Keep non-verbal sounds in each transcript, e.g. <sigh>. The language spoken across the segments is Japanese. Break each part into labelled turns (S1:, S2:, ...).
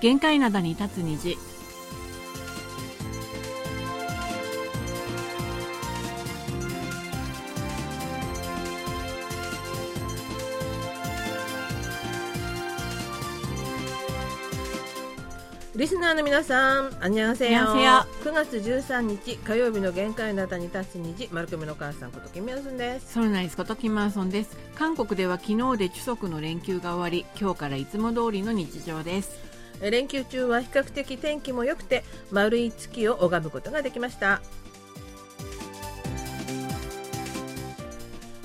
S1: 限界灘に立つ虹
S2: リスナーの皆さん、あにゃんせよ。
S1: 안녕하세요
S2: 9月13日火曜日の限界のあたりに立つ虹、マルコメのお母さんことキミヤスンです。
S1: ソルナイスことキマーソンです韓国では昨日で中足の連休が終わり今日からいつも通りの日常です
S2: え連休中は比較的天気も良くて、丸い月を拝むことができました。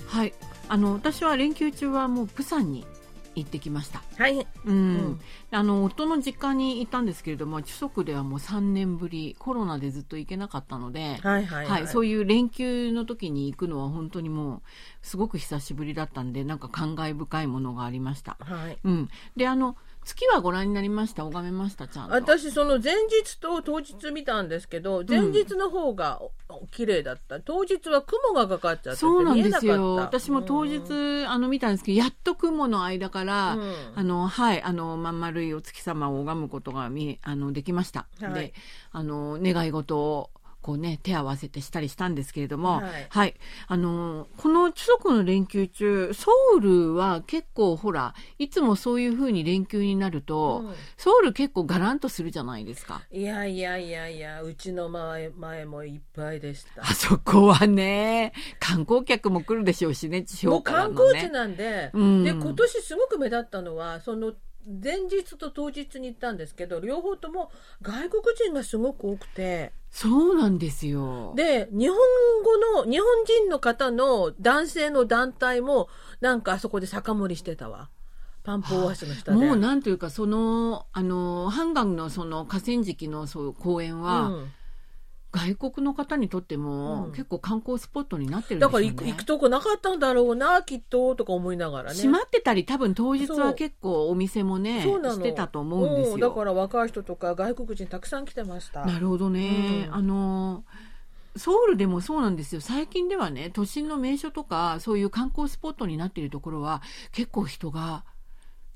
S1: はいあの私は連休中はもうプサンに行ってきました
S2: はい。
S1: うん、
S2: うん
S1: あの夫の実家にいたんですけれども中足ではもう3年ぶりコロナでずっと行けなかったので
S2: はいはい、
S1: はい、そう
S2: い
S1: いう連休の時に行くのは本当にもうすごく久しぶりだったんでなんか感慨深いものがありました
S2: う。、はい。
S1: うん、であの月はご覧になりました拝めましたちゃんと
S2: 私その前日と当日見たんですけど前日の方がおお綺麗だった当日は雲がかかっちゃってて
S1: そうなん
S2: 見え
S1: で
S2: なか
S1: す
S2: った
S1: よ私も当日、
S2: うん
S1: あの見たんですけどやっと雲の間から、
S2: うん
S1: あのはいあのまん丸いお月様を拝むことが見えあのできました、
S2: はい
S1: であの願い事をこうね手を合わせてしたりしたんですけれども
S2: は
S1: はいい、あのこの中足の連休中ソウルは結構ほらいつもそういう風に連休になると、
S2: うん
S1: ソウル結構ガランとするじゃないですか
S2: いやいやいやいやうちの前前もいっぱいでした
S1: あそこはね観光客も来るでしょうしね地
S2: も
S1: 方
S2: う
S1: から
S2: 観
S1: の、ね、
S2: 光地なんで、
S1: うん
S2: で今年すごく目立ったのはその前日と当日に行ったんですけど両方とも外国人がすごく多くて
S1: そうなんですよ。
S2: で日本語の日本人の方の男性の団体もなんかあそこで酒盛りしてたわパンプオアシスの下で
S1: もうなんというかそのあのハンガンのその河川敷のそう公園は、
S2: うん
S1: 外国の方にとっても、
S2: うん
S1: 結構観光スポットになってるんで
S2: だ
S1: す
S2: か
S1: よ
S2: ら
S1: ね。
S2: 行く,、行くとこなかったんだろうなきっととか思いながらね
S1: 閉まってたり多分当日
S2: そう
S1: は結構お店もね
S2: そうなの
S1: してたと思うんです
S2: ん
S1: よ。
S2: だから若い人とか外国人たくさん来てました
S1: なるほどね、
S2: うん
S1: あのソウルでもそうなんですよ最近ではね都心の名所とかそういう観光スポットになっているところは結構人が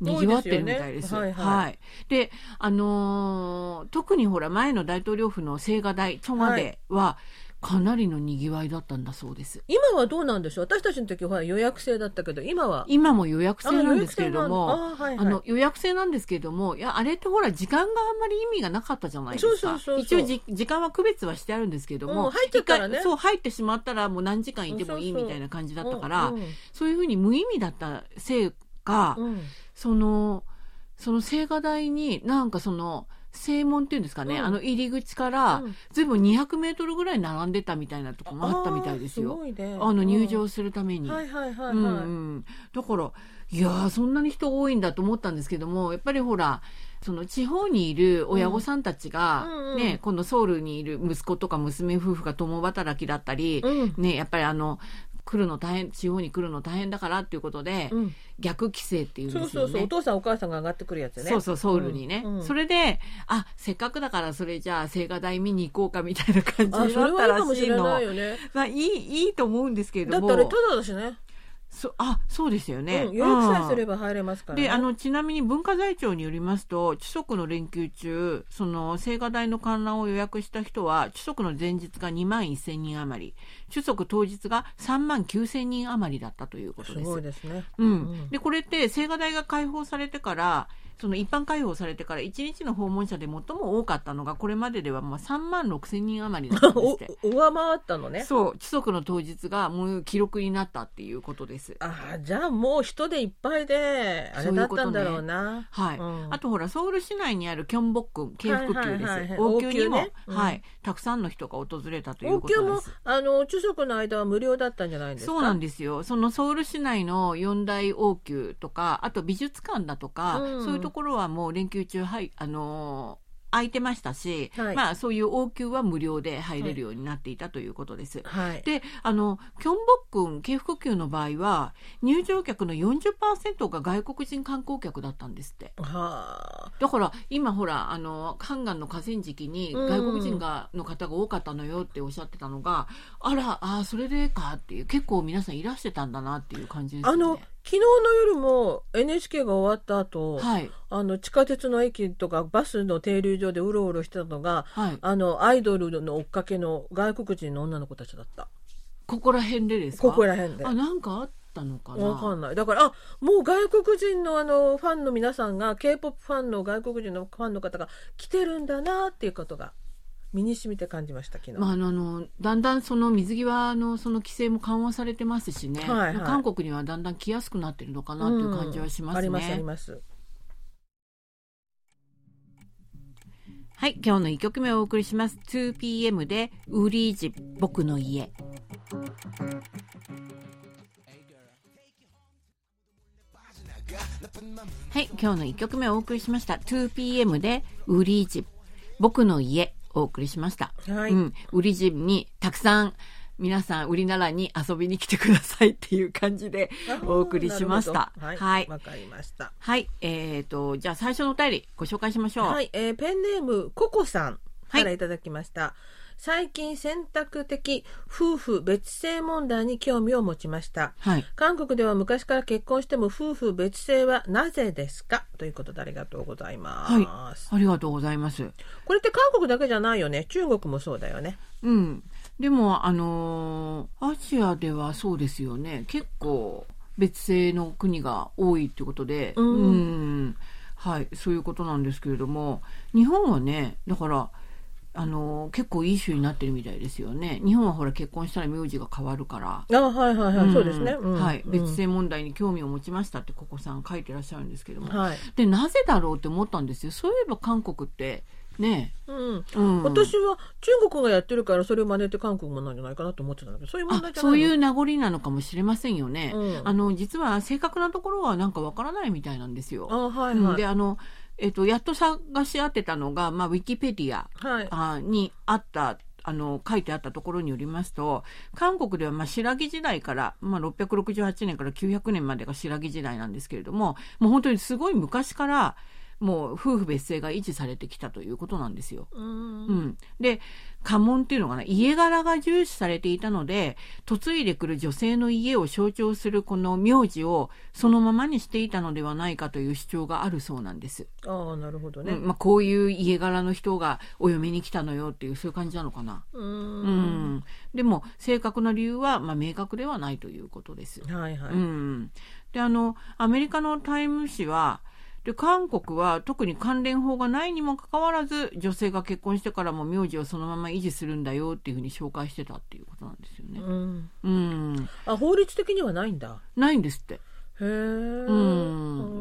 S1: にぎわってるみたいです。
S2: 多いですよねはいはい
S1: で、あのー特にほら前の大統領府の青瓦台チョンアデはかなりのにぎわいだったんだそうです。
S2: 今はどうなんでしょう私たちの時は予約制だったけど今は
S1: 今も予約制なんですけれども。
S2: あ予約制なんだあはい
S1: あ
S2: はい
S1: の予約制なんですけれども、いや、あれってほら、時間があんまり意味がなかったじゃないですか。
S2: そうそうそうそう
S1: 一応じ、時間は区別はしてあるんですけれど
S2: う
S1: も、
S2: ん入っちゃったらね
S1: 一回そう、入ってしまったら、もう何時間いてもいい
S2: そうそう
S1: みたいな感じだったから、
S2: うん
S1: そういうふうに無意味だったせいか、
S2: うん
S1: その、その青瓦台に、なんかその、正門っていうんですかね、
S2: うん
S1: あの入り口から
S2: うん、
S1: ずいぶん200メートルぐらい並んでたみたいなとこもあったみたいです
S2: あー
S1: よ。
S2: ごいね
S1: あの、入場するため
S2: うん
S1: に。
S2: はいはいはいはい、
S1: うんうん、だからいやーそんなに人多いんだと思ったんですけどもやっぱりほらその地方にいる親御さんたちが、
S2: うんうんうん
S1: ね、今度ソウルにいる息子とか娘夫婦が共働きだったり、
S2: うん
S1: ね、やっぱりあの来るの大変地方に来るの大変だからっていうことで、
S2: うん
S1: 逆規制っていうん
S2: そう
S1: です
S2: そ
S1: よ
S2: うそうお
S1: ね。
S2: 父さんお母さんが上がってくるやつね
S1: そうそうソウルにね、
S2: うんうん
S1: それであせっかくだからそれじゃあ青瓦台見に行こうかみたいな感じ
S2: あ
S1: に
S2: そ
S1: な
S2: れ
S1: った
S2: はいいからも
S1: し
S2: し
S1: い
S2: れ
S1: の
S2: ないよね
S1: まあ、いいいいと思うんですけれ
S2: だ
S1: ど
S2: っ
S1: も
S2: たらただだしね
S1: そあそうですよね、
S2: うん、予約さえすれ
S1: ば
S2: ば入れますから、ね、
S1: であのちなみに文化財庁によりますと地足の連休中その青瓦台の観覧を予約した人は地足の前日が2万1000人余り地足当日が3万9000人余りだったということ
S2: す
S1: です。
S2: ごいですね
S1: う
S2: うん
S1: ん、でこれって青瓦台が開放されてからその一般開放されてから1日の訪問者で最も多かったのがこれまでではまあ3万6000人余りだったんです
S2: <laughs> お
S1: って
S2: 上回ったのね
S1: そう地足の当日がもう記録になったっていうことです。
S2: あーじゃあもう人でいっぱいであれだったんだろうな
S1: はい、
S2: うん
S1: あとほらソウル市内にあるキョンボックン京福宮です、
S2: はいはいはいはい
S1: 王宮にも、
S2: 王宮ねうん
S1: はい、たくさんの人が訪れたという
S2: 応
S1: こ
S2: 急
S1: と
S2: も
S1: です。
S2: あの昼食の間は無料だったんじゃないんですか
S1: そうなん
S2: で
S1: ですよそのソウル市内の四大王宮とかあと美術館だとか、
S2: うん
S1: そういうところはもう連休中、はいあのー空いてましたし、
S2: はい
S1: まあ、そういう王宮は無料で入れるようになっていたということです。
S2: はい
S1: であのキョンボックン京福宮の場合は入場客の40%が外国人観光客だったんですって。
S2: はあ
S1: だから今ほらあのカンガンの河川敷に
S2: うん
S1: 外国人が、の方が多かったのよっておっしゃってたのがあらあーそれでかっていう結構皆さんいらしてたんだなっていう感じです
S2: あ
S1: よね
S2: の昨日の夜も NHK が終わった後、
S1: はい
S2: あの地下鉄の駅とかバスの停留所でうろうろしてたのが
S1: はい
S2: あのアイドルの追っかけの外国人の女の子たちだった
S1: ここら辺でですか
S2: ここら辺で
S1: あなんかあったのかな
S2: わかんないだからあもう外国人のあのファンの皆さんが k p o p ファンの外国人のファンの方が来てるんだなっていうことが身に染みて感じました昨日、
S1: まあ、あのだんだんその水際のその規制も緩和されてますしね、
S2: はいはい
S1: 韓国にはだんだん来やすくなってるのかなという感じはしますね。
S2: うんありますあります
S1: はい、今日の1曲目をお送りします。2PM で、ウリージ、僕の家。はい、今日の1曲目をお送りしました。2PM で、ウリージ、僕の家、お送りしました。
S2: はい
S1: うん、ウリジにたくさん、皆さん、ウリ奈良に遊びに来てくださいっていう感じでお送りしました。
S2: なるほど
S1: は
S2: はいいわ、。かりました
S1: はい、えっ、と、じゃあ最初のお便りご紹介しましょう。
S2: はい、えーペンネームココさん
S1: はい
S2: からいただきました、最近選択的夫婦別姓問題に興味を持ちました
S1: はい
S2: 韓国では昔から結婚しても夫婦別姓はなぜですかということでありがとうございます、
S1: ありがとうございます。
S2: これって韓国だけじゃないよね中国もそうだよね
S1: うん。でも、あのーアジアではそうですよね。結構、別姓の国が多いってことで、
S2: うん
S1: んはい、そういうことなんですけれども、日本はね、だから、あのー結構いい州になってるみたいですよね。日本はほら、結婚したら名字が変わるから。
S2: あはいはいはい、そうですね、
S1: うん
S2: うん
S1: はい。
S2: うん
S1: 別姓問題に興味を持ちましたって、ここさん書いてらっしゃるんですけども。
S2: はい、
S1: で、なぜだろうって思ったんですよ。そういえば韓国って、ね、
S2: うん、
S1: うん
S2: 私は中国がやってるからそれを真似て韓国もなんじゃないかなと思ってたんだけどそういう問
S1: あ
S2: 題じゃない
S1: そういう
S2: う
S1: 名残なのかもしれませんよね、
S2: うん
S1: あの実は正確なところはなんかわからないみたいなんですよ。
S2: あはい
S1: うん
S2: はい、
S1: であの、えっとやっと探し当てたのが、まあ、ウィキペディア
S2: はい
S1: あにあったあの書いてあったところによりますと韓国ではまあ白木時代から、まあ、668年から900年までが白木時代なんですけれどももう本当にすごい昔からもう夫婦別姓が維持されてきたということなんですよ。
S2: うん
S1: うん、で家紋っていうのかな家柄が重視されていたので嫁いでくる女性の家を象徴するこの名字をそのままにしていたのではないかという主張があるそうなんです、
S2: ああなるほど
S1: う
S2: ね
S1: んまあ、こういう家柄の人がお嫁に来たのよっていうそういう感じなのかな、
S2: う
S1: うんんでも正確な理由は、まあ、明確ではないということです
S2: はいはい、
S1: うん、であのアメリカの「タイム」誌はで韓国は特に関連法がないにもかかわらず女性が結婚してからも名字をそのまま維持するんだよっていうふうに紹介してたっていうことなんですよね。
S2: うん
S1: うん、
S2: あ法律的にはないんだ
S1: ないんですって、
S2: へえ、
S1: う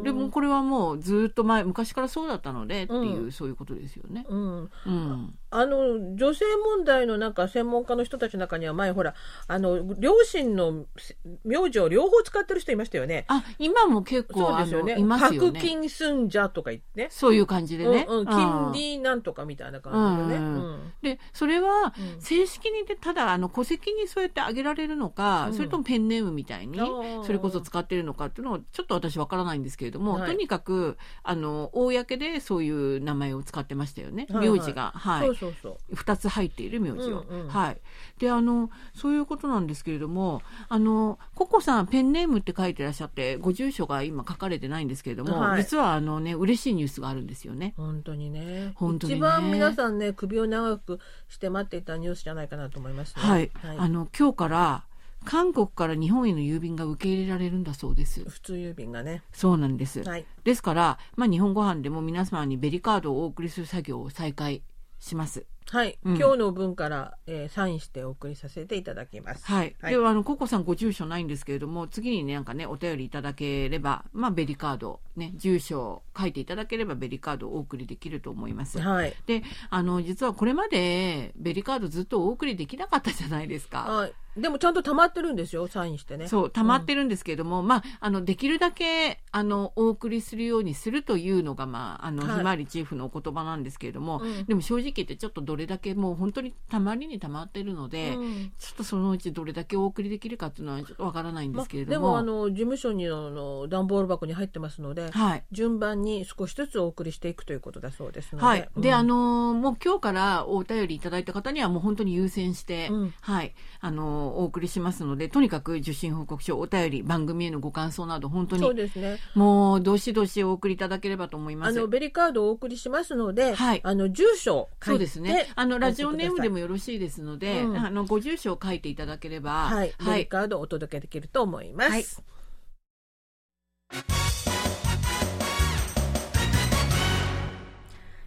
S1: ん、でもこれはもうずっと前昔からそうだったのでっていう、
S2: うん
S1: そういうことですよね。
S2: うん、
S1: うん、
S2: あの女性問題のなんか専門家の人たちの中には前ほらあの両親のせ名字を両方使ってる人いましたよね。
S1: あ今も結構、
S2: そう
S1: あ
S2: ですよ
S1: の
S2: ね。
S1: いますよ
S2: 白
S1: ね。
S2: 金スンジャとか言ってね。
S1: そういう感じでね。
S2: うんうん、
S1: うん
S2: 金利なんとかみたいな感じでね。
S1: う
S2: うんん
S1: でそれは
S2: うん
S1: 正式にでただあの戸籍にそうやってあげられるのか、
S2: うん
S1: それともペンネームみたいに
S2: あー
S1: それこそ使ってるのかっていうのをちょっと私わからないんですけれども、
S2: はい
S1: とにかくあの公でそういう名前を使ってましたよね、
S2: はいはい
S1: 名字が、は
S2: そう
S1: い、
S2: そうそう。
S1: 2つ入っている名字を。
S2: うんうん
S1: はい、であのそういうことなんですけれどもあのココさんペンネームって書いてらっしゃってご住所が今書かれてないんですけれども、
S2: はい
S1: 実はあの、ね、嬉しいニュースがあるんですよね。
S2: 本当にね
S1: 本当にね
S2: 一番皆さんね首を長くして待っていたニュースじゃないかなと思いますね。
S1: はい、あの今日から韓国から日本への郵便が受け入れられるんだそうです。
S2: 普通郵便がね。
S1: そうなんです。
S2: はい。
S1: ですから、まあ日本ご飯でも皆様にベリカードをお送りする作業を再開します。
S2: はい、
S1: うん
S2: 今日の分から、えーサインしてお送りさせていただきます。
S1: はい。
S2: はい
S1: ではあのココさんご住所ないんですけれども、次にねなんかねお便りいただければ、まあベリカードね住所を書いていただければベリカードをお送りできると思います。
S2: はい。
S1: で、あの実はこれまでベリカードずっとお送りできなかったじゃないですか。
S2: はい。でもちゃんと溜まってるんですよ、サインしてね。
S1: そう、溜まってるんですけれども、まあ、あの、できるだけ、あの、お送りするようにするというのが、まあ、あの、
S2: はい
S1: ひまわりチーフのお言葉なんですけれども、
S2: うん
S1: でも正直言ってちょっとどれだけもう本当にたまりに溜まってるので、
S2: うん
S1: ちょっとそのうちどれだけお送りできるかっていうのはちょっとわからないんで
S2: ます
S1: けれ
S2: で
S1: ども。
S2: も、あの、事務所にあの、段ボール箱に入ってますので、
S1: はい。
S2: 順番に少しずつお送りしていくということだそうですので。
S1: はい。で、
S2: うん
S1: あ、のーもう今日からお便りいただいた方にはもう本当に優先して、
S2: うん
S1: はい。あのお送りしますのでとにかく受信報告書お便り番組へのご感想など本当
S2: そう
S1: に
S2: ですね。
S1: もうどしどしお送りいただければと思いま
S2: あ
S1: す
S2: の。ベリカードをお送りしますので、
S1: はい
S2: あの住所を書
S1: そ
S2: いうて
S1: ですね。あのラジオネームで
S2: お
S1: もよろしいですので、
S2: うん
S1: あのご住所を書いていただければ、
S2: 送りくださいはい、ベリカードをお届けできると思います。
S1: はい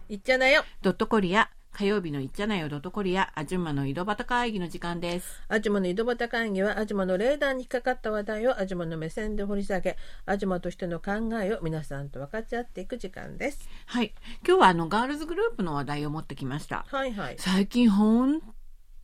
S2: いっちゃなよ。
S1: ドットコリア火曜日のいっちゃなよドットコリアアジュンマの井戸端会議の時間です。
S2: アジマの井戸端会議はアジマのレーダーに引っかかった話題をアジマの目線で掘り下げアジマとしての考えを皆さんと分かち合っていく時間です
S1: はい、今日はあのガールズグループの話題を持ってきました。
S2: はいはい
S1: 最近本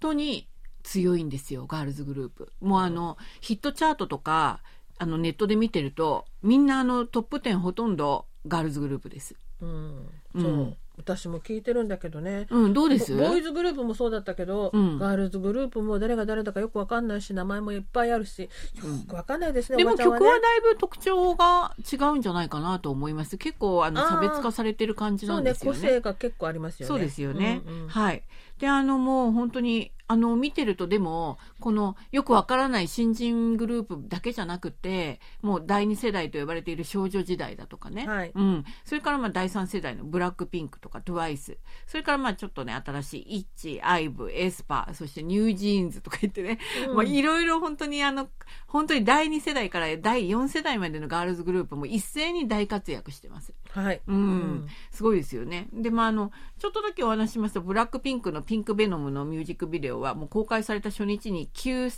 S1: 当に強いんですよガールズグループもうあの、ヒットチャートとかあのネットで見てるとみんなあのトップ10ほとんどガールズグループです
S2: うん
S1: うん
S2: そう、私も聞いてるんだけどね
S1: うんどう
S2: ボ
S1: です
S2: ボーイズグループもそうだったけど、
S1: うん
S2: ガールズグループも誰が誰だかよく分かんないし名前もいっぱいあるしよ
S1: うん
S2: く分かんないですね、
S1: で
S2: お
S1: も
S2: ばちゃん
S1: 曲
S2: は
S1: は
S2: ね
S1: だいぶ特徴が違うんじゃないかなと思います結構あの
S2: あー
S1: 差別化されてる感じ
S2: そ
S1: な
S2: うんね
S1: です
S2: 個
S1: よね
S2: 性が結構ありますよね
S1: そうですよね、
S2: うんうん
S1: はいであのもう本当にあの見てるとでもこのよくわからない新人グループだけじゃなくてもう第二世代と呼ばれている少女時代だとかね、
S2: はい
S1: うん、それからまあ第三世代のブラックピンクとか TWICE それからまあちょっとね新しいイッチアイブエスパーそしてニュージーンズとか言ってね
S2: うん
S1: まあいろいろ本当にあの本当に第二世代から第四世代までのガールズグループも一斉に大活躍してます。
S2: はい、
S1: うんすごいですよね。で、まあ、あの、ちょっとだけお話ししますと、ブラックピンクのピンクベノムのミュージックビデオは、もう公開された初日に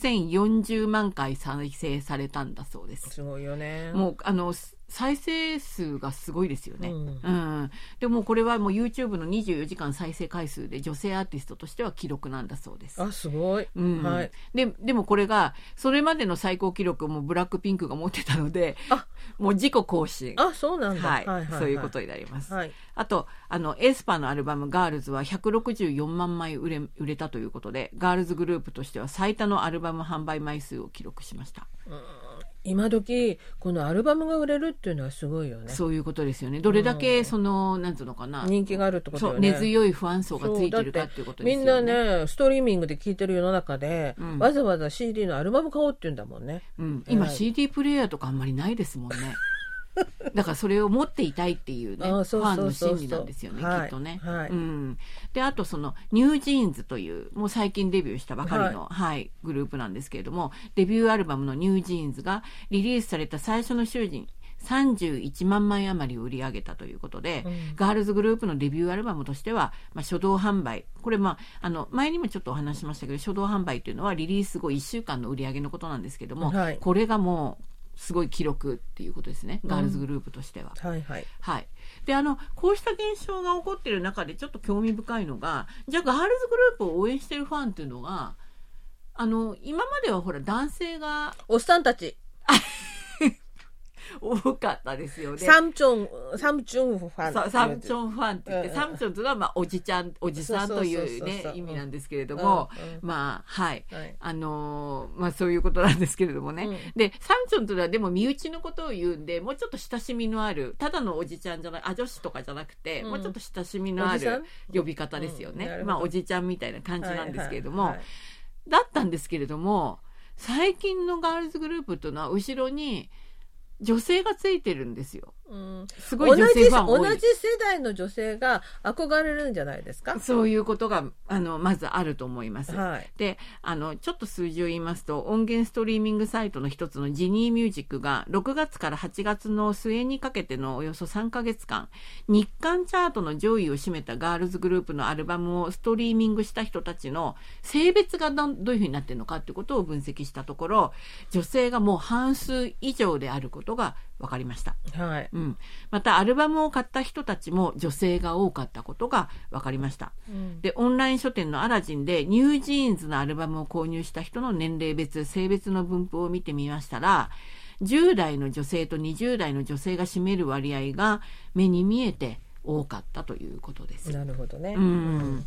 S1: 9040万回再生されたんだそうです。
S2: すごいよね
S1: もう、あの、再生数がすごいですよね。
S2: うん
S1: うん、でもこれはもう YouTube の24時間再生回数で女性アーティストとしては記録なんだそうです。
S2: あすごい、
S1: うん
S2: はい
S1: ででもこれがそれまでの最高記録をもうブラックピンクが持ってたので
S2: あ
S1: もう自己更新、
S2: あそうなんだ、
S1: はい
S2: はい
S1: そういうことになります、
S2: はい
S1: あとあのエスパーのアルバム「ガールズ」は164万枚売れ売れたということでガールズグループとしては最多のアルバム販売枚数を記録しました、
S2: 今時このアルバムが売れるっていうのはすごいよね
S1: そういうことですよねどれだけその、なんつうのかな
S2: 人気があるってこと
S1: そ
S2: よ
S1: う
S2: ね
S1: 根強い不安層がついてる
S2: そうだ
S1: か
S2: っ
S1: っていうことで
S2: み
S1: すよ
S2: ん
S1: ね
S2: なねストリーミングで聴いてる世の中で、
S1: うん
S2: わざわざ CD のアルバム買おうって言うんだもんね
S1: うん、今
S2: はい
S1: CD プレイヤーとかあんまりないですもん
S2: <laughs>
S1: ねだからそれを持っていたいっていうね
S2: あ
S1: フ
S2: ーそうそう
S1: ァン
S2: そ
S1: の
S2: うそう
S1: 心理なんですよねき
S2: はい
S1: っとね、
S2: はい
S1: うん、であとそのニュージーンズというもう最近デビューしたばかりの、はいグループなんですけれどもデビューアルバムの「ニュージーンズ」がリリースされた最初の週に31万枚余りを売り上げたということで、
S2: うん
S1: ガールズグループのデビューアルバムとしては、まあ、初動販売これ、まあ、あの前にもちょっとお話ししましたけど初動販売というのはリリース後1週間の売り上げのことなんですけども、
S2: はい
S1: これがもうすごい記録っていうことですねガールズグループとしては。
S2: はいはい
S1: はい、であのこうした現象が起こっている中でちょっと興味深いのがじゃあガールズグループを応援しているファンっていうのがあの今まではほら男性が
S2: おっさんたち
S1: 多かったですよね。
S2: サムチョンサムチュンファン
S1: さサムチョ
S2: ン
S1: ンファンって言って、
S2: うん
S1: サムチョンというのはまあおじちゃんおじさんという
S2: そうそうそうそう
S1: ね
S2: そううん
S1: 意味なんですけれども、
S2: うんうん
S1: まあはい
S2: はい
S1: あのーまあそういうことなんですけれどもね、
S2: うん
S1: でサムチョンというのはでも身内のことを言うんでもうちょっと親しみのあるただのおじちゃんじゃないあ女子とかじゃなくて、
S2: うん
S1: もうちょっと親しみのあ
S2: おじさん
S1: る呼び方ですよね、
S2: うんなるほど
S1: まあおじちゃんみたいな感じなんですけれども、
S2: はいはい
S1: だったんですけれども最近のガールズグループというのは後ろに女性がついてるんですよ
S2: うん
S1: すごい
S2: 同じ
S1: 女性ファン多い
S2: 同じ世代の女性が憧れるんじゃないですか
S1: そういうことがあのまずあると思います。
S2: はい
S1: であのちょっと数字を言いますと音源ストリーミングサイトの一つのジニーミュージックが6月から8月の末にかけてのおよそ3ヶ月間日韓チャートの上位を占めたガールズグループのアルバムをストリーミングした人たちの性別がどんどういうふうになってるのかっていうことを分析したところ女性がもう半数以上であることが分かりました。
S2: はい
S1: うん、またアルバムを買った人たちも女性が多かったことが分かりました
S2: うん
S1: でオンライン書店のアラジンでニュージーンズのアルバムを購入した人の年齢別性別の分布を見てみましたら10代の女性と20代の女性が占める割合が目に見えて多かったということです。
S2: なるほどね
S1: うん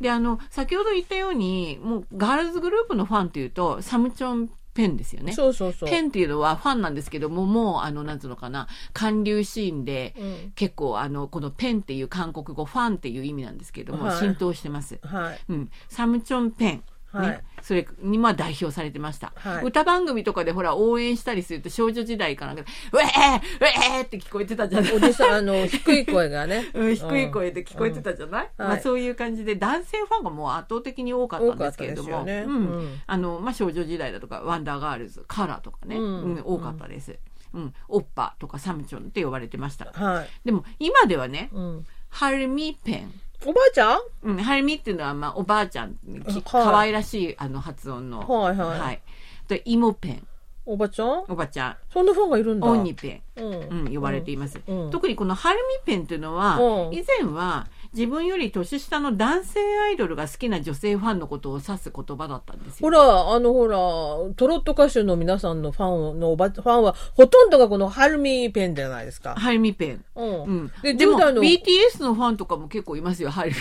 S1: であの先ほど言ったようにもうガールズグループのファンというとサムチョンペンですよね。
S2: そうそうそう
S1: ペンっていうのはファンなんですけどももうあのなんつうのかな韓流シーンで
S2: うん
S1: 結構あのこのペンっていう韓国語ファンっていう意味なんですけども、
S2: はい
S1: 浸透してます、
S2: はい
S1: うん、サムチョンペン
S2: はい
S1: ね、それにまあ代表されてました、
S2: はい
S1: 歌番組とかでほら応援したりすると少女時代かなんかで「うえーうえー!」って聞こえてたじゃない。
S2: おじさん、あの、低い声がね
S1: <laughs> うん、低い声で聞こえてたじゃない、
S2: う
S1: ま
S2: んは
S1: あ、
S2: い
S1: そういう感じで男性ファンがもう圧倒的に多かったんですけれども、
S2: 多かったですよね
S1: うん
S2: うん
S1: あのまあ、少女時代だとかワンダーガールズカラーとかね、
S2: うん
S1: うん多かったです、うん、オッパとかサムチョンって呼ばれてました
S2: うん。はい。
S1: でも今ではね
S2: うん。
S1: ハルミペン
S2: おばあちゃん
S1: うん、ハルミっていうのは、まあ、おばあちゃん、き
S2: はい
S1: 可愛らしい、あの、発音の。
S2: はいはい
S1: で、イモペン、
S2: おばちゃん
S1: おばちゃん、
S2: そんなファンがいるんだ。
S1: オンニペ
S2: うん。
S1: ン、うん、呼ばれています。
S2: うん
S1: 特にこのハルミペンっていうのは、
S2: うん
S1: 以前は、自分より年下の男性アイドルが好きな女性ファンのことを指す言葉だったんですよ。
S2: ほら、あのほら、トロット歌手の皆さんのファンのおば、ファンは、ほとんどがこのハルミペンじゃないですか。
S1: ハルミペン。
S2: う
S1: <laughs> うんん。。
S2: で、
S1: でも、
S2: 10代の、
S1: BTS のファンとかも結構いますよ、ハルミ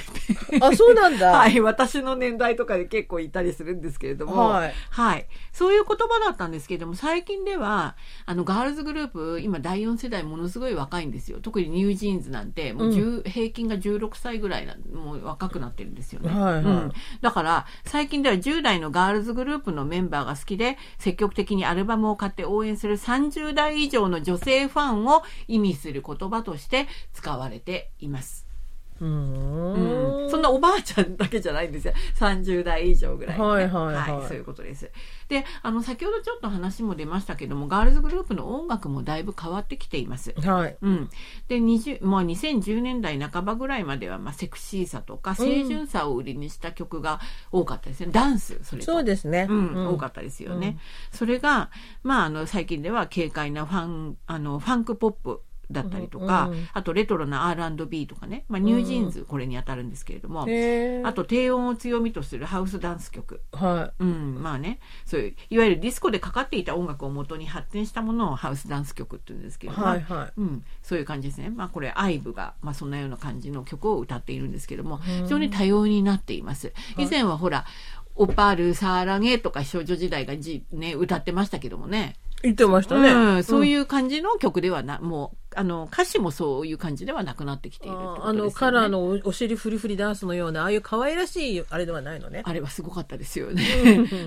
S1: ペン。
S2: あ、そうなん
S1: <laughs>
S2: だ。
S1: はい、私の年代とかで結構いたりするんですけれども、
S2: はい
S1: はいそういう言葉だったんですけれども、最近では、あの、ガールズグループ、今、第4世代ものすごい若いんですよ。特にニュージーンズなんて、もう、10平均が16歳ぐらいな、もう若くなってるんですよね。
S2: はいはい
S1: うんだから、最近では10代のガールズグループのメンバーが好きで、積極的にアルバムを買って応援する30代以上の女性ファンを意味する言葉として使われています。
S2: うー。
S1: うんんそんなおばあちゃんだけじゃないんですよ。30代以上ぐらいのね、
S2: はいはいはい
S1: そういうことです。で、あの、先ほどちょっと話も出ましたけども、ガールズグループの音楽もだいぶ変わってきています。
S2: はい。
S1: うん、で20もう2010年代半ばぐらいまでは、まあ、セクシーさとか青春さを売りにした曲が多かったですね、ダンスそれと
S2: そうですね。
S1: うん
S2: うん
S1: 多かったですよね。それが、まあ、あの最近では軽快なファンあのファンクポップだったりとか、
S2: うんうん
S1: あとレトロな R&B とかね、まあ、ニュージーンズこれに当たるんですけれども、
S2: へー
S1: あと低音を強みとするハウスダンス曲。
S2: は
S1: うん、まあね、そういう、いわゆるディスコでかかっていた音楽を元に発展したものをハウスダンス曲って言うんですけ
S2: い。
S1: れども、
S2: はいはい。
S1: うん、そういう感じですね。まあこれ、アイブが、まあそんなような感じの曲を歌っているんですけども、非常に多様になっています。以前はほら、オパル、サーラゲとか少女時代がじ、ね、歌ってましたけどもね。
S2: 言ってましたね。
S1: うん、そう
S2: う
S1: いう感じの曲ではな、もう、あの、歌詞もそういう感じではなくなってきているって
S2: ん。
S1: ことです
S2: あ
S1: よね。
S2: の、カラーのおお尻フリフリダンスのような、ああいう可愛らしいあれではないのね。
S1: <laughs> あれはすごかったですよね。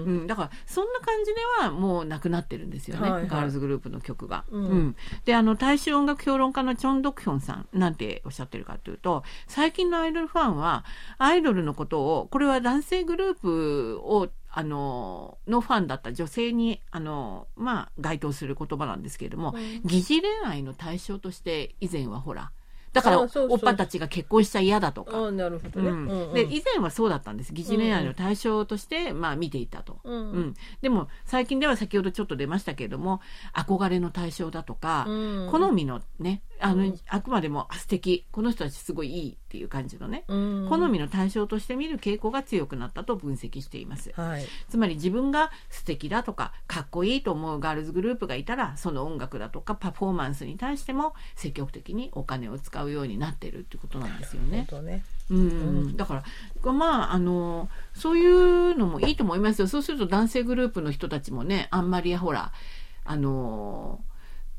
S1: うん、だからそんな感じではもうなくなってるんですよね、
S2: はいはい
S1: ガールズグループの曲が。
S2: うん
S1: うんであの大衆音楽評論家のチョン・ドクヒョンさんなんておっしゃってるかというと最近のアイドルファンはアイドルのことをこれは男性グループをあののファンだった女性にあの、まあ、該当する言葉なんですけれども、
S2: うん
S1: 疑似恋愛の対象として以前はほらだから
S2: あそうそう
S1: おっぱたちが結婚しちゃ嫌だとか
S2: ああ、なるほどね。うんう
S1: うんん、で以前はそうだったんです疑似恋愛の対象として、まあ、見ていたと、
S2: うん
S1: うんでも最近では先ほどちょっと出ましたけれども憧れの対象だとか、
S2: うん
S1: 好みのねあの、
S2: うん
S1: あくまでもあ素敵この人たちすごいいいっていう感じのね、
S2: うん
S1: 好みの対象として見る傾向が強くなったと分析しています。
S2: はい。
S1: つまり自分が素敵だとかかっこいいと思うガールズグループがいたらその音楽だとかパフォーマンスに対しても積極的にお金を使うようになってるってことなんですよね
S2: 本。当ね。
S1: うん、だから、まあ、あの、そういうのもいいと思いますよ。そうすると男性グループの人たちもね、あんまりほら、あの、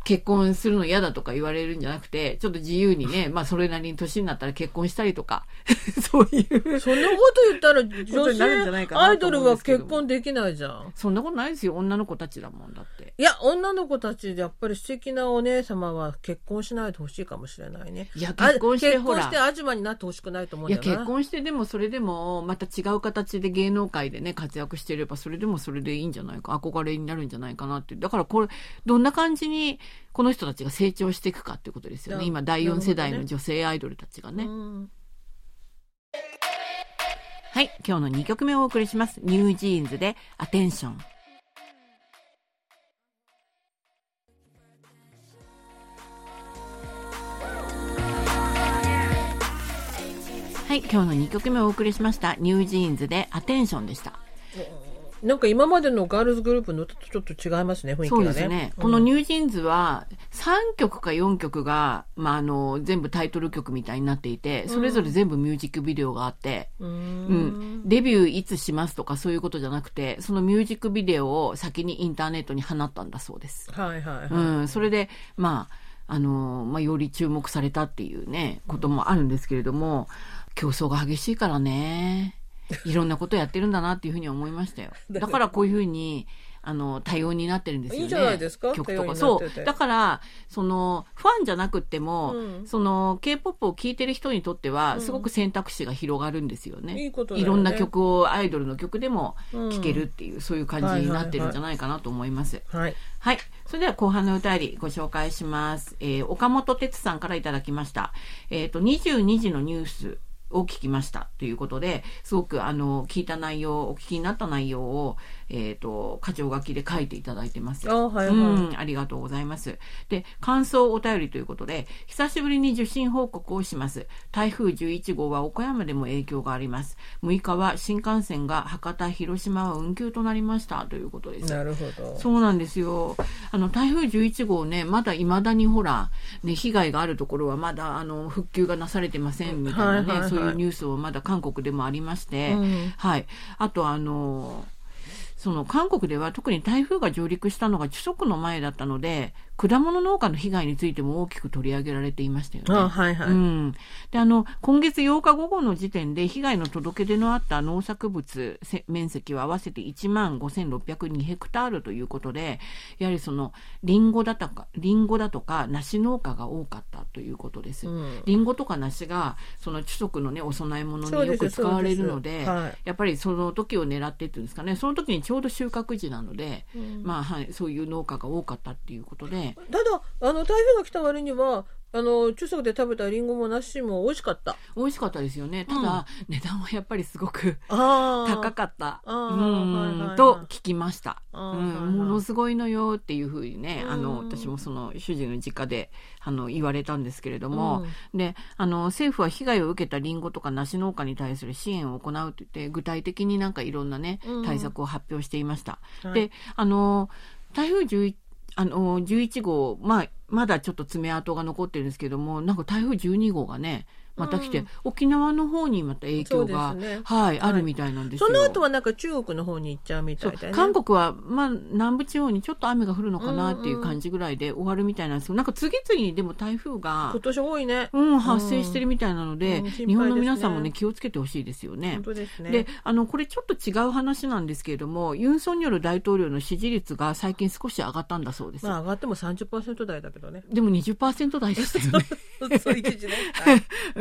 S1: 結婚するの嫌だとか言われるんじゃなくて、ちょっと自由にね、まあそれなりに年になったら結婚したりとか、 <laughs> そういう。
S2: そんなこと言ったら
S1: こと
S2: 女
S1: になるんじゃないか
S2: 性
S1: な
S2: アイ
S1: と
S2: ド
S1: 思
S2: ル
S1: うんで
S2: は
S1: すけど
S2: 結婚できないじゃん。
S1: そんなことないですよ。女の子たちだもんだって。
S2: いや、女の子たちでやっぱり素敵なお姉様は結婚しないでほしいかもしれないね。
S1: いや
S2: あ
S1: 結婚して
S2: 結
S1: ほ
S2: 婚
S1: ら
S2: してアジマになってほしくないと思うん
S1: い
S2: だ
S1: や
S2: よな。
S1: 結婚してでもそれでもまた違う形で芸能界でね活躍してればそれでもそれでいいんじゃないか憧れになるんじゃないかなってだからこれどんな感じにこの人たちが成長していくかっていうことですよね
S2: な
S1: 今第4世代
S2: な
S1: の
S2: るほどね
S1: 女性アイドルたちがね
S2: うん
S1: はい今日の2曲目をお送りしますニュージーンズで「アテンション」はい今日の2曲目をお送りしましたニュージーンズで「アテンション」でした
S2: なんか今までのガールズグループのとちょっと違いますね、雰囲気
S1: そう
S2: がね。
S1: ですね。
S2: うん
S1: このニュージーンズは3曲か4曲が、まあ、あの、全部タイトル曲みたいになっていて、それぞれ全部ミュージックビデオがあって、
S2: う。
S1: うんん。デビューいつしますとかそういうことじゃなくて、そのミュージックビデオを先にインターネットに放ったんだそうです。
S2: はいはいはい。
S1: うん。それで、まあ、あの、まあ、より注目されたっていうね、こともあるんですけれども、競争が激しいからね。いろんなことやってるんだなっていうふうに思いましたよ
S2: <laughs> だ
S1: だ
S2: から
S1: からこういうふうにあの多様になってるんですよね
S2: いいじゃないですか
S1: 曲とか
S2: 多様に
S1: そ
S2: なってて
S1: うだからそのファンじゃなくっても、
S2: うん
S1: その k p o p を聴いてる人にとって
S2: う
S1: は
S2: ん
S1: すごく選択肢が広がるんですよね、
S2: いいことだ
S1: い
S2: よね
S1: ろんな曲をアイドルの曲でも
S2: うん
S1: 聴けるっていう、そういう感じになってるんじゃないかなと思います。
S2: はい
S1: はい。それでは後半の歌よりご紹介します。えー岡本哲さんからいただきました。えっ、と、22時のニュースを聞きましたということで、すごくあの、聞いた内容、お聞きになった内容を、えっ、と、箇条書きで書いていただいてます。
S2: あはいはい
S1: うん、ありがとうございます。で、感想お便りということで、久しぶりに受信報告をします。台風11号は岡山でも影響があります。6日は新幹線が博多、広島は運休となりましたということです。
S2: なるほど
S1: そうなんですよ。あの、台風11号ね、まだ未だにほら、ね、被害があるところはまだ、あの、復旧がなされてませんみたいなね、
S2: はいはいはい
S1: そういうニュースをまだ韓国でもありまして、
S2: うん
S1: はい。あと、あの、その韓国では特に台風が上陸したのが中足の前だったので果物農家の被害についても大きく取り上げられていましたよね。
S2: あはいはい、
S1: うん、であの今月8日午後の時点で被害の届け出のあった農作物せ面積は合わせて1万5602ヘクタールということでやはりそのリンゴだとかリンゴだとか梨農家が多かったということです。
S2: うん
S1: リンゴとか梨がその中足のねお供え物
S2: そう
S1: に
S2: で
S1: よく
S2: す
S1: 使われるの
S2: そう
S1: で
S2: ですはい
S1: やっぱりその時を狙ってっていうんですかねその時にちょうど収穫時なので、
S2: うん
S1: まあはい、そういう農家が多かったっていうことで
S2: ただあの台風が来た割にはあの中足で食べたリンゴも梨も美味しかった
S1: 美味しかったですよねただ、値段はやっぱりすごく
S2: あ
S1: 高かった
S2: あ
S1: う
S2: ーはいはいは
S1: ん
S2: い
S1: と聞きました、う
S2: あ
S1: ん
S2: ーはいはい
S1: ものすごいのよっていうふうにねあの
S2: うん
S1: 私もその主人の実家であの言われたんですけれど
S2: う
S1: も
S2: ん、
S1: であの政府は被害を受けたリンゴとか梨農家に対する支援を行うと言って具体的になんかいろんなね
S2: うん
S1: 対策を発表していました。
S2: はい
S1: であの台風11あの11号、まあ、まだちょっと爪痕が残ってるんですけどもなんか台風12号がねまた来て、
S2: うん
S1: 沖縄の方にまた影響が、
S2: そうですね
S1: はい、あるみたいなんですよ。
S2: その後はなんか中国の方に行っちゃうみた
S1: そ
S2: いうだね
S1: 韓国は、まあ、南部地方にちょっと雨が降るのかなっていう感じぐらいで終わるみたいなんですけど、なんか次々にでも台風が
S2: 今、年多いね
S1: うん、発生してるみたいなので、
S2: うんうん心配
S1: 日本の皆さんも
S2: で
S1: ね
S2: す
S1: 気をつけてほしいですよね
S2: 本。当ですね
S1: であのこれちょっと違う話なんですけれどもユン・ソンニョル大統領の支持率が最近少し上がったんだそうです、
S2: まあ上がっても30%台だ
S1: <laughs>
S2: けどね
S1: でも20%台でしたよね、
S2: そう一時ね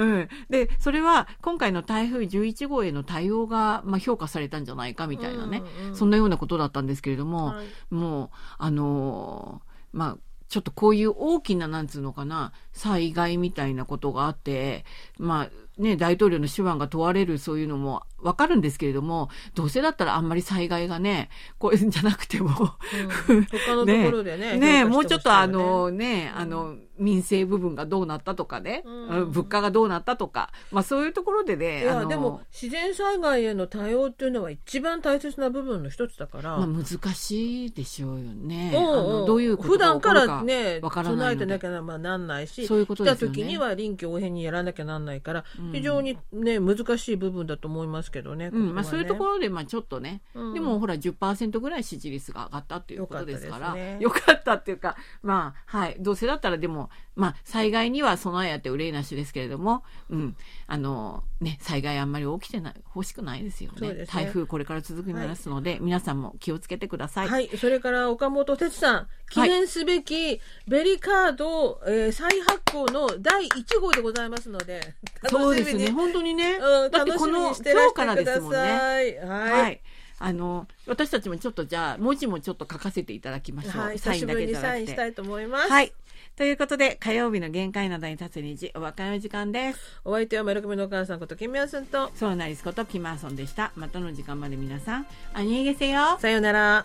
S1: うん、でそれは今回の台風11号への対応が、まあ、評価されたんじゃない <laughs> かみたいなね、
S2: うんうん
S1: そんなようなことだったんですけれども、
S2: はい
S1: もうあのーまあちょっとこういう大きななんつうのかな災害みたいなことがあってまあね大統領の手腕が問われるそういうのもわかるんですけれどもどうせだったらあんまり災害がねこういうんじゃなくても <laughs>
S2: うん他のところでね
S1: ね
S2: 評価してほしいよね
S1: もうちょっとあのね、あの民生部分がどうなったとかね、
S2: うん
S1: うん物価がどうなったとかまあそういうところでね
S2: い
S1: あ
S2: や
S1: の
S2: でも自然災害への対応っていうのは一番大切な部分の一つだから、
S1: まあ、難しいでしょうよね。
S2: おう
S1: あ
S2: おう
S1: のどういうこと
S2: 普段から
S1: が起こ
S2: ね
S1: るわから
S2: 備
S1: ない
S2: えて
S1: の
S2: な
S1: で
S2: きゃまあなんないし
S1: そういうこと
S2: 来た
S1: ですよね
S2: 時には臨機応変にやらなきゃなんないから、
S1: うん
S2: 非常にね難しい部分だと思いますけどね。
S1: うんまあ、そういうとこ
S2: ろ
S1: ろで、まあ、ちょっとね、
S2: うん
S1: でもほら10%ぐらい支持率が上がったっていうことですから
S2: よ
S1: よかったっていうか、まあはい、どうせだったらでも、まあ、災害には備えあって憂いなしですけれども、うんあのね、災害あんまり起きてない欲しくないですよ
S2: そう
S1: ね
S2: ですね
S1: 台風これから続くようになりますので、皆さんも気をつけてください。
S2: はい、それから岡本哲さん記念すべきベリカード、えー再発行の第1号でございますので
S1: <laughs> そう
S2: 楽
S1: で
S2: しみ
S1: す
S2: に、
S1: ね本当にね、
S2: うん、
S1: だって
S2: 楽し
S1: こ
S2: み
S1: の
S2: にして
S1: 今
S2: ら
S1: 日
S2: し
S1: から
S2: てく
S1: で
S2: だ
S1: すもんね。
S2: さい。はい
S1: はい。あの、私たちもちょっとじゃあ、文字もちょっと書かせていただきましょう。
S2: はい、
S1: サ
S2: 久
S1: イ
S2: し
S1: ンだ
S2: ぶり
S1: けじ
S2: に
S1: ゃな
S2: サ
S1: く
S2: イン
S1: て。
S2: したいと思います。
S1: はい。ということで、火曜日の限界などに立つ虹、お別れの時間です。
S2: お相手は丸組のお母さんこと金明さんと
S1: ソーナリスことキマーソンでした。またの時間まで皆さん、アニエゲセよ。
S2: さようなら。